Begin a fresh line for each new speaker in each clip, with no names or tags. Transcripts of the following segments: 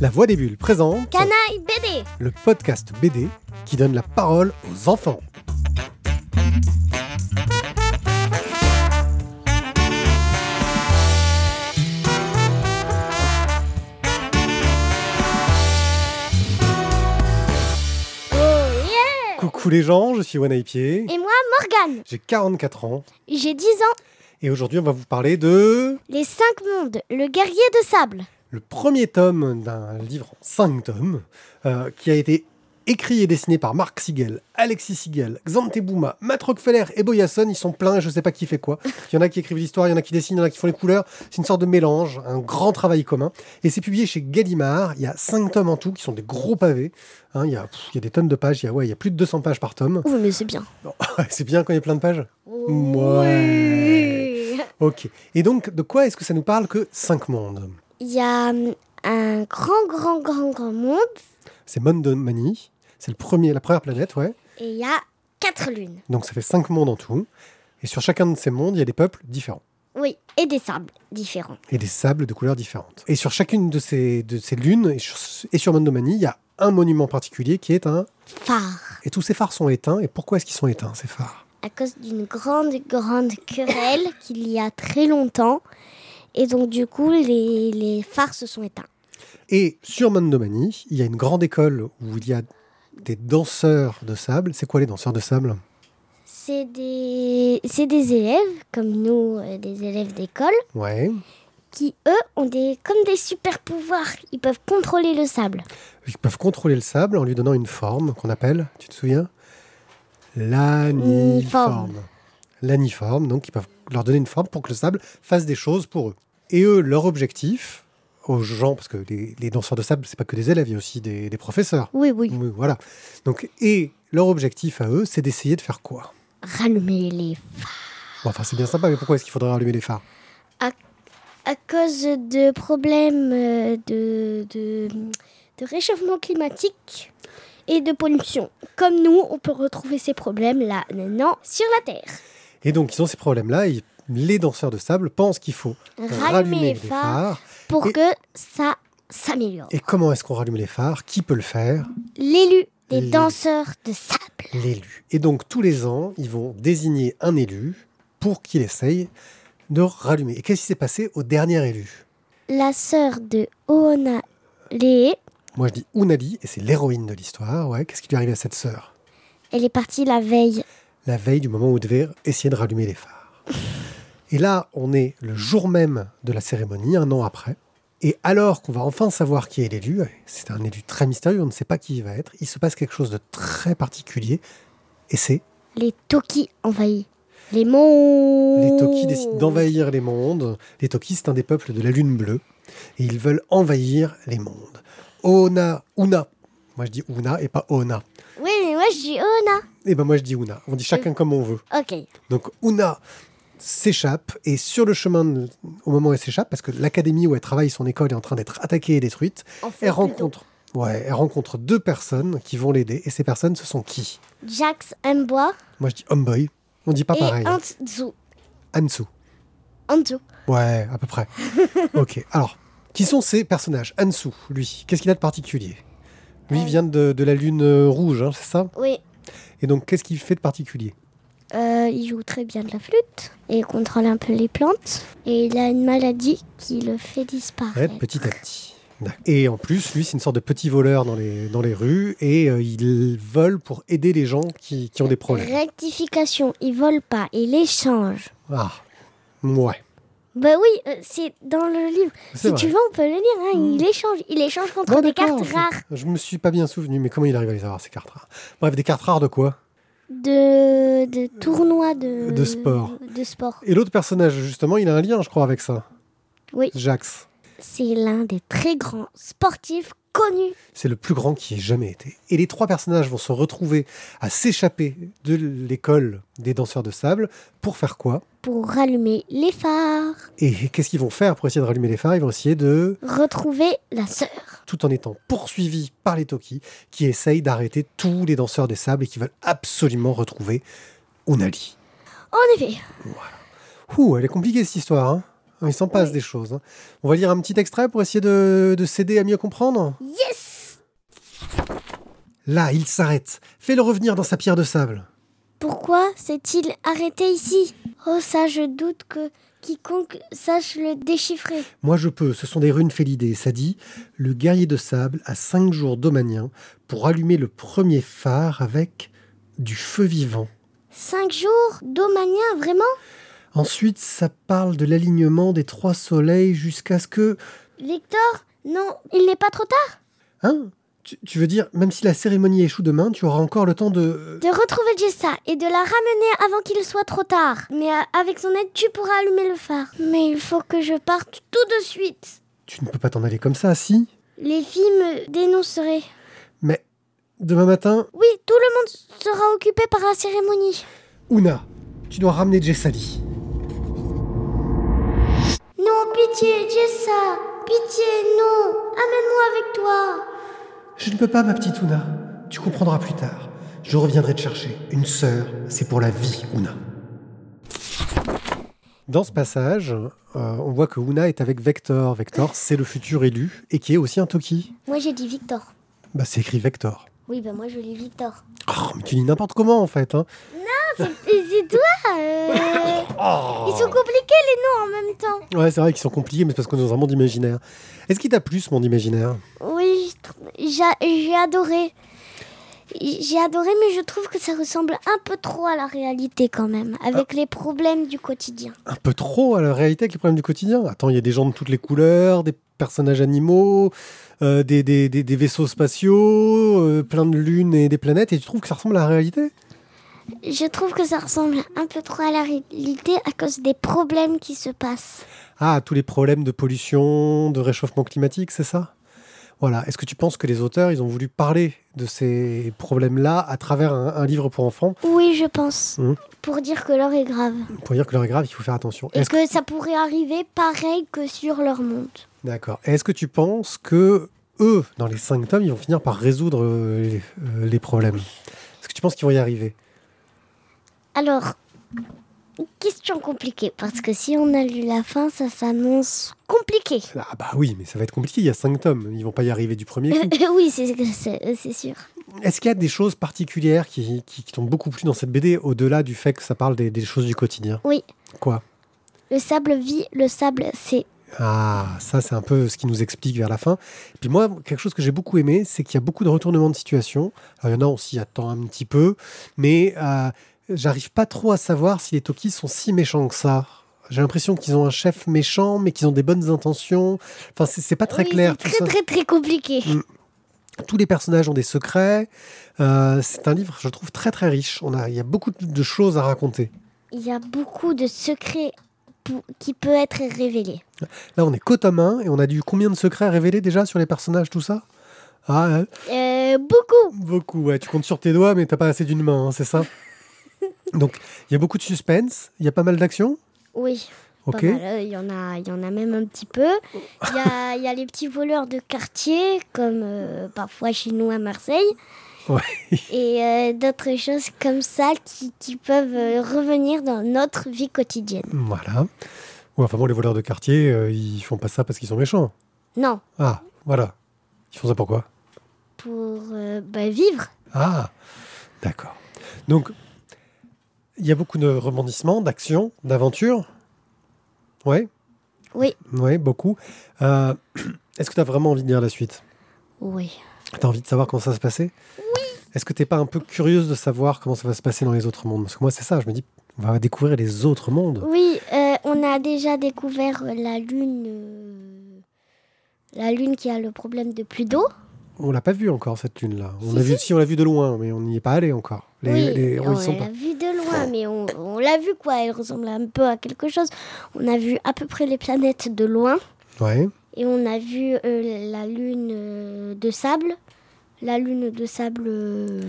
La Voix des Bulles présente
Canaille BD
le podcast BD qui donne la parole aux enfants.
Oh yeah
Coucou les gens, je suis Wanaï Pied,
Et moi, Morgane
j'ai 44 ans
J'ai 10 ans
et aujourd'hui on va vous parler de
Les 5 mondes, le guerrier de sable
le premier tome d'un livre en 5 tomes euh, qui a été écrit et dessiné par Marc Siegel, Alexis Siegel, Xante Bouma, Matt Rockefeller et Boyasson. Ils sont pleins et je sais pas qui fait quoi. Il y en a qui écrivent l'histoire, il y en a qui dessinent, il y en a qui font les couleurs. C'est une sorte de mélange, un grand travail commun. Et c'est publié chez Gallimard. Il y a 5 tomes en tout qui sont des gros pavés. Hein, il, y a, pff, il y a des tonnes de pages. Il y a, ouais, il y a plus de 200 pages par tome.
Oui, Oh, mais c'est bien
Bon, c'est bien quand il y a plein de pages Ouais.
Oui.
Ok. Et donc, de quoi est-ce que ça nous parle que 5 mondes
Il y a hum, un grand, grand, grand, grand monde
C'est Mondon Mani. C'est le premier, la première planète, ouais.
et il y a 4 lunes.
Donc ça fait cinq mondes en tout. Et sur chacun de ces mondes, il y a des peuples différents
Oui, et des sables différents.
et des sables de couleurs différentes. Et sur chacune de ces, de ces lunes et sur, et sur Mondomanie, il y a un monument particulier qui est un.
Phare
Et tous ces phares sont éteints. Et pourquoi est-ce qu'ils sont éteints, ces phares
à cause d'une grande, grande querelle qu'il y a très longtemps. Et donc, du coup, les, les phares se sont éteints.
Et sur Mondomanie, il y a une grande école où il y a des danseurs de sable. C'est quoi les danseurs de sable
C'est des, c'est des élèves, comme nous, euh, des élèves d'école,
Ouais.
qui eux ont des comme des super pouvoirs. Ils peuvent contrôler le sable.
Ils peuvent contrôler le sable en lui donnant une forme qu'on appelle, tu te souviens L'aniforme. L'aniforme, donc ils peuvent leur donner une forme pour que le sable fasse des choses pour eux. Et eux, leur objectif, aux gens, parce que les, les danseurs de sable, c'est pas que des élèves, il y a aussi des, des professeurs.
Oui, oui.
Oui, Voilà. Donc, et leur objectif à eux, c'est d'essayer de faire quoi
Rallumer les
Bon, Enfin, c'est bien sympa, mais pourquoi est-ce qu'il faudrait allumer les phares
à cause de problèmes euh, de, de, de réchauffement climatique et de pollution. Comme nous, on peut retrouver ces problèmes là maintenant sur la Terre.
Et donc, ils ont ces problèmes-là, et les danseurs de sable pensent qu'il faut rallumer les phares.
pour
Et-
que ça s'améliore.
Et comment est-ce qu'on rallume les phares Qui peut le faire
L'élu des
L'élu.
danseurs de sable.
l'élu. Et donc tous les ans, ils vont désigner un élu pour qu'il essaye de rallumer. Et qu'est-ce qui s'est passé au dernier élu
La sœur de Oona Lee,
Moi je dis Unali, et c'est l'héroïne de l'histoire. Ouais, qu'est-ce qui lui est arrivé à cette sœur
elle est partie la veille.
La veille du moment où il devait essayer de rallumer les phares. Et là, on est le jour même de la cérémonie, un an après. Et alors qu'on va enfin savoir qui est l'élu, c'est un élu très mystérieux, on ne sait pas qui il va être, il se passe quelque chose de très particulier, et c'est
Les Toki envahis. Les mondes.
Les Toki décident
Oh.
d'envahir les mondes. Les Toki, c'est un des peuples de la Lune bleue. Et ils veulent envahir les mondes. Ona, Una. Moi, je dis Una et pas Ona.
Oui, mais moi je dis Oona.
Et ben moi, je dis Una. On dit chacun comme on veut.
Ok.
Donc, Una s'échappe. Et sur le chemin, de- au moment où elle s'échappe, parce que l'académie où elle travaille, son école, est en train d'être attaquée et détruite,
On
elle
fait plutôt
rencontre, ouais, elle rencontre deux personnes qui vont l'aider. Et ces personnes, ce sont qui
Jax Mbois
Moi, je dis Homeboy. On dit pas
et
pareil.
Anzu.
Ansu.
Anzu.
Ouais, à peu près. ok, alors, qui sont ces personnages Ansu, lui, qu'est-ce qu'il a de particulier Lui
Euh.
il vient de, de la lune euh, rouge, hein, c'est ça
Oui.
Et donc, qu'est-ce qu'il fait de particulier
Euh, il joue très bien de la flûte et il contrôle un peu les plantes. Et il a une maladie qui le fait
Ouais,
disparaître.
Petit à petit. D'accord. Et en plus, lui, c'est une sorte de petit voleur dans les, dans les rues et euh, il vole pour aider les gens qui, qui ont des problèmes.
Rectification, il vole pas, il échange.
Ah, ouais.
Bah oui, euh, c'est dans le livre. Si
C'est vrai.
tu veux, on peut le lire. hein, Il échange, il échange contre
Ouais,
des
d'accord,
cartes
je-
rares
Je me suis pas bien souvenu, mais comment il arrive à les avoir, ces cartes rares Bref, des cartes rares de quoi
de, de tournois de
De sport.
De sport.
Et l'autre personnage, justement, il a un lien, je crois, avec ça.
Oui.
Jax.
C'est l'un des très grands sportifs connus.
C'est le plus grand qui ait jamais été. Et les trois personnages vont se retrouver à s'échapper de l'école des danseurs de sable pour faire quoi
Pour rallumer les phares,
Et qu'est-ce qu'ils vont faire pour essayer de rallumer les phares Ils vont essayer de,
retrouver la sœur.
tout en étant poursuivis par les Toki, qui essayent d'arrêter tous les danseurs des sables et qui veulent absolument retrouver Unali.
En effet,
Ouh, elle est compliquée cette histoire. Hein Il s'en passe
Oui.
des choses. hein. On va lire un petit extrait pour essayer de, de s'aider à mieux comprendre.
Yes
Là, il s'arrête. Fais-le revenir dans sa pierre de sable.
Pourquoi s'est-il arrêté ici Oh ça, je doute que quiconque sache le déchiffrer.
Moi, je peux. Ce sont des runes félidées. Ça dit Le guerrier de sable a cinq jours d'Omanien pour allumer le premier phare avec du feu vivant.
Cinq jours Domania, vraiment
Ensuite, ça parle de l'alignement des trois soleils jusqu'à ce que.
Victor Non, il n'est pas trop tard
Hein tu, tu veux dire, même si la cérémonie échoue demain, tu auras encore le temps de.
De retrouver Jessa et de la ramener avant qu'il soit trop tard. Mais euh, avec son aide, tu pourras allumer le phare. Mais il faut que je parte tout de suite.
Tu ne peux pas t'en aller comme ça, si
Les filles me dénonceraient.
Mais demain matin,
Oui, tout le monde sera occupé par la cérémonie.
Ouna, tu dois ramener Jessali.
Non, pitié, Jessa. Pitié, non. Amène-moi avec toi.
Je ne peux pas, ma petite Ouna. Tu comprendras plus tard. Je reviendrai te chercher. Une sœur, c'est pour la vie, Ouna. Dans ce passage, euh, on voit que Ouna est avec Vector. Vector, c'est le futur élu et qui est aussi un Toki.
Moi, j'ai dit Victor.
Bah, c'est écrit Vector.
Oui, ben moi, je lis Victor.
Oh, mais tu lis n'importe comment en fait. Hein.
C'est toi euh, Ils sont compliqués, les noms en même temps.
Ouais, c'est vrai qu'ils sont compliqués, mais c'est parce qu'on est dans un monde imaginaire. Est-ce qu'il t'a plu ce monde imaginaire
Oui, j'a- j'ai adoré. J'ai adoré, mais je trouve que ça ressemble un peu trop à la réalité quand même, avec les problèmes du quotidien.
un peu trop à la réalité avec les problèmes du quotidien. Attends, il y a des gens de toutes les couleurs, des personnages animaux, euh, des, des- des- des vaisseaux spatiaux, euh, plein de lunes et des planètes, et tu trouves que ça ressemble à la réalité
Je trouve que ça ressemble un peu trop à la réalité à cause des problèmes qui se passent.
Ah, tous les problèmes de pollution, de réchauffement climatique, c'est ça Voilà. Est-ce que tu penses que les auteurs, ils ont voulu parler de ces problèmes-là à travers un, un livre pour enfants
Oui, je pense.
Mhm.
Pour dire que l'heure est grave.
Pour dire que l'heure est grave, il faut faire attention.
Et
Est-ce-
que ça pourrait arriver pareil que sur leur monde.
D'accord. Est-ce que tu penses que eux, dans les cinq tomes, ils vont finir par résoudre euh, les, euh, les problèmes Est-ce que tu penses qu'ils vont y arriver
Alors, question compliquée, parce que si on a lu la fin, ça s'annonce compliqué.
Ah bah oui, mais ça va être compliqué, il y a cinq tomes, ils vont pas y arriver du premier coup.
oui, c'est- c'est c'est sûr.
Est-ce qu'il y a des choses particulières qui, qui, qui t'ont beaucoup plu dans cette BD, au-delà du fait que ça parle des, des choses du quotidien
Oui.
Quoi
Le sable vit, le sable c'est.
Ah, ça c'est un peu ce qui nous explique vers la fin. Et puis moi, quelque chose que j'ai beaucoup aimé, c'est qu'il y a beaucoup de retournements de situation. Alors, il y en a, on s'y attend un petit peu, mais euh, j'arrive pas trop à savoir si les Tokis sont si méchants que ça. J'ai l'impression qu'ils ont un chef méchant, mais qu'ils ont des bonnes intentions. Enfin, c'est c'est pas très
Oui,
clair
c'est
tout
Très
ça. Hmm.
très très compliqué.
Tous les personnages ont des secrets. Euh, c'est un livre, je trouve, très très riche. On a, il y a beaucoup de- de choses à raconter.
Il y a beaucoup de secrets pou- qui peut être révélé.
Là, on est qu'au tome 1 et on a dû combien de secrets à révéler déjà sur les personnages, tout ça Ah, euh,
Euh, beaucoup.
beaucoup, ouais. Tu comptes sur tes doigts, mais t'as pas assez d'une main, hein, c'est ça Donc, il y a beaucoup de suspense, il y a pas mal d'action.
Oui. pas
Ok.
mal, euh, Il y en a, il y en a même un petit peu. Il y a, il y a les petits voleurs de quartier, comme euh, parfois chez nous à Marseille.
Ouais.
Et euh, d'autres choses comme ça qui, qui peuvent euh, revenir dans notre vie quotidienne.
Voilà. Ouais, enfin bon, les voleurs de quartier, euh, ils font pas ça parce qu'ils sont méchants.
Non,
Ah, voilà. Ils font ça pourquoi
pour euh, bah, vivre.
Ah, d'accord. Donc, il y a beaucoup de rebondissements, d'actions, d'aventures. Ouais.
Oui.
Ouais, beaucoup. Euh, Est-ce que tu as vraiment envie de lire la suite
Oui.
Tu as envie de savoir comment ça va se passer Oui. Est-ce que tu pas un peu curieuse de savoir comment ça va se passer dans les autres mondes Parce que moi, c'est ça, je me dis, on va découvrir les autres mondes.
Oui, euh, on a déjà découvert euh, la lune. euh, La lune qui a le problème de plus d'eau.
On l'a pas vu encore, cette lune-là. On
Si,
l'a vu, si, on l'a vu de loin, mais on n'y est pas allé encore. Les-
oui,
les- on
on
y sont pas.
l'a vue de loin, mais on, on l'a vue quoi. Elle ressemble un peu à quelque chose. On a vu à peu près les planètes de loin
Ouais.
et on a vu euh, la lune euh, de sable, la lune de sable euh,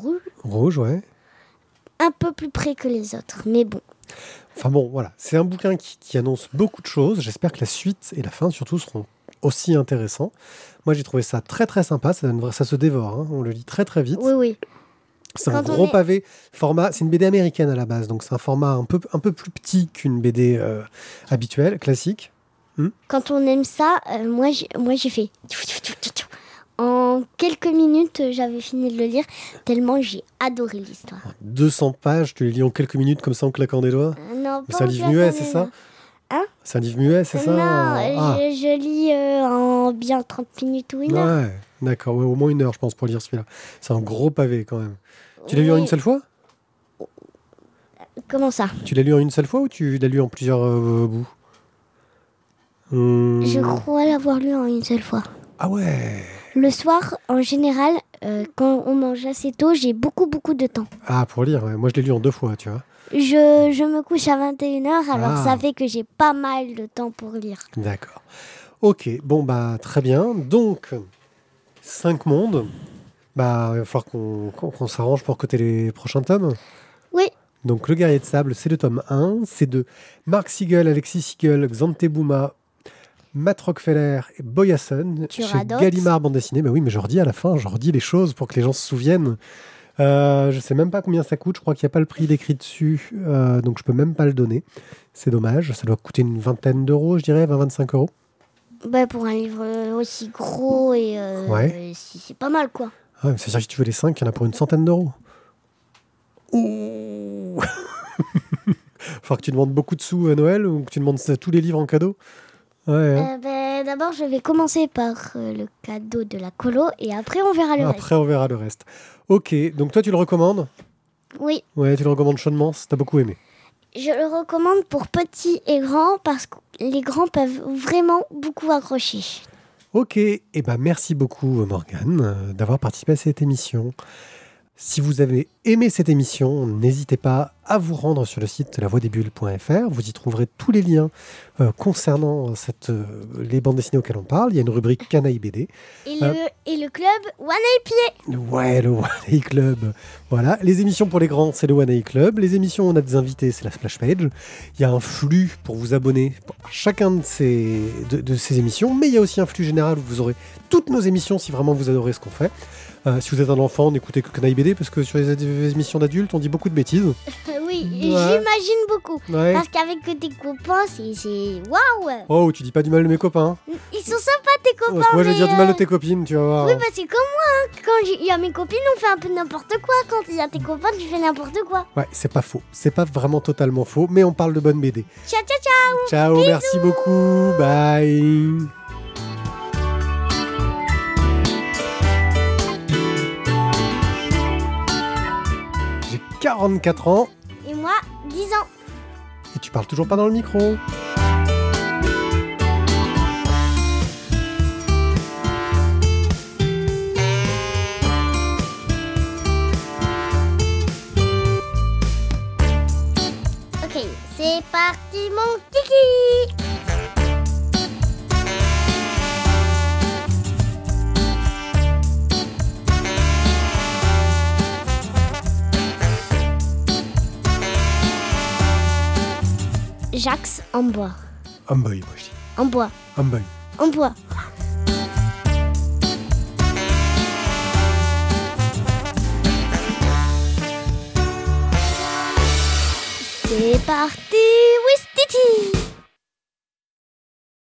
rouge,
Rouge, ouais.
un peu plus près que les autres. Mais bon,
Enfin bon, voilà, c'est un bouquin qui, qui annonce beaucoup de choses. J'espère que la suite et la fin surtout seront aussi intéressants. Moi j'ai trouvé ça très très sympa, ça, donne vra- ça se dévore, hein. on le lit très très vite.
oui, oui.
C'est un
Quand on
gros
est-
pavé. Format, c'est une BD américaine à la base, donc c'est un format un peu, un peu plus petit qu'une BD euh, habituelle, classique.
Quand on aime ça, euh, moi, j'ai, moi j'ai fait. tchou, tchou, tchou, tchou, tchou. En quelques minutes, euh, j'avais fini de le lire, tellement j'ai adoré l'histoire.
200 pages, tu les lis en quelques minutes comme ça en claquant des doigts.
Euh, non,
Mais
pas
C'est un
en
livre
claquant
muet,
des
c'est
doigts.
ça
Hein
C'est un livre muet, c'est ça
Non,
Ah,
je, je lis euh, en bien 30 minutes ou une heure.
ouais, d'accord, ouais, au moins une heure, je pense, pour lire celui-là. C'est un gros pavé quand même. Tu l'as lu en
Oui.
une seule fois
Comment ça
Tu l'as lu en une seule fois ou tu l'as lu en plusieurs euh, bouts Hmm.
Je crois l'avoir lu en une seule fois.
Ah ouais
Le soir, en général, euh, quand on mange assez tôt, j'ai beaucoup, beaucoup de temps.
Ah, pour lire, ouais. moi je l'ai lu en deux fois, tu vois.
Je, je me couche à 21h, alors
Ah.
ça fait que j'ai pas mal de temps pour lire.
D'accord. Ok, bon, bah très bien. Donc, cinq mondes. Bah, il va falloir qu'on qu'on- qu'on s'arrange pour côté les prochains tomes.
Oui.
Donc, Le Guerrier de Sable, c'est le tome 1. C'est de Mark Siegel, Alexis Siegel, Xante Bouma, Matt Rockefeller et Boyason.
Tu
chez
radotes.
Gallimard Bande Dessinée. Bah oui, mais je redis à la fin, je redis les choses pour que les gens se souviennent. Euh, je sais même pas combien ça coûte. Je crois qu'il n'y a pas le prix décrit dessus. euh, donc, je peux même pas le donner. C'est dommage. Ça doit coûter une vingtaine d'euros, je dirais, 20-25 euros.
Bah, pour un livre euh, aussi gros et euh,
Ouais.
euh, si- c'est pas mal quoi.
Ah, mais c'est-à-dire que si tu veux les 5, il y en a pour une centaine d'euros. Ouh Faut que tu demandes beaucoup de sous à Noël ou que tu demandes ça- tous les livres en cadeau. Ouais, hein.
Euh, bah, D'abord, je vais commencer par euh, le cadeau de la colo et après on verra le
Après, on verra Ah, le reste. Ok, donc toi, tu le recommandes
reste. Oui,
Ouais, tu le recommandes chaudement, si t'as beaucoup aimé.
je le recommande pour petits et grands parce que les grands peuvent vraiment beaucoup accrocher.
Ok, et ben merci beaucoup euh, Morgane euh, d'avoir participé à cette émission. Si vous avez aimé cette émission, n'hésitez pas à vous rendre sur le site lavoidesbulles.fr. Vous y trouverez tous les liens euh, concernant cette, euh, les bandes dessinées auxquelles on parle. Il y a une rubrique Canaille BD.
Et le,
Euh.
et le club One
Ouais, le One A Club. Voilà. Les émissions pour les grands, c'est le One A Club. Les émissions où on a des invités, c'est la Splash Page. Il y a un flux pour vous abonner pour chacun de ces, de, de ces émissions. Mais il y a aussi un flux général où vous aurez toutes nos émissions si vraiment vous adorez ce qu'on fait. Euh, si vous êtes un enfant, n'écoutez que Canaille BD parce que sur les, ad- les émissions d'adultes, on dit beaucoup de bêtises.
Euh, Oui,
Ouais.
j'imagine beaucoup.
Ouais.
Parce qu'avec tes copains, c'est. c'est- Waouh
Oh, tu dis pas du mal de mes copains.
Ils sont sympas tes
Oh,
copains.
parce que moi, je vais
mais,
dire du mal de
euh,
tes copines, tu vas voir.
Oui, bah c'est comme moi. hein. Quand j'ai- il y a mes copines, on fait un peu n'importe quoi. Quand il y a tes copains, tu fais n'importe quoi.
Ouais, c'est pas faux. C'est pas vraiment totalement faux, mais on parle de bonnes BD.
Ciao, ciao, ciao.
Ciao, merci beaucoup. Bye. J'ai 44 ans
Et moi, 10 ans.
et tu parles toujours pas dans le micro.
Ok, c'est parti, mon kiki. Jax en bois.
Homeboy, moi je dis.
En bois.
Homeboy.
En bois. C'est parti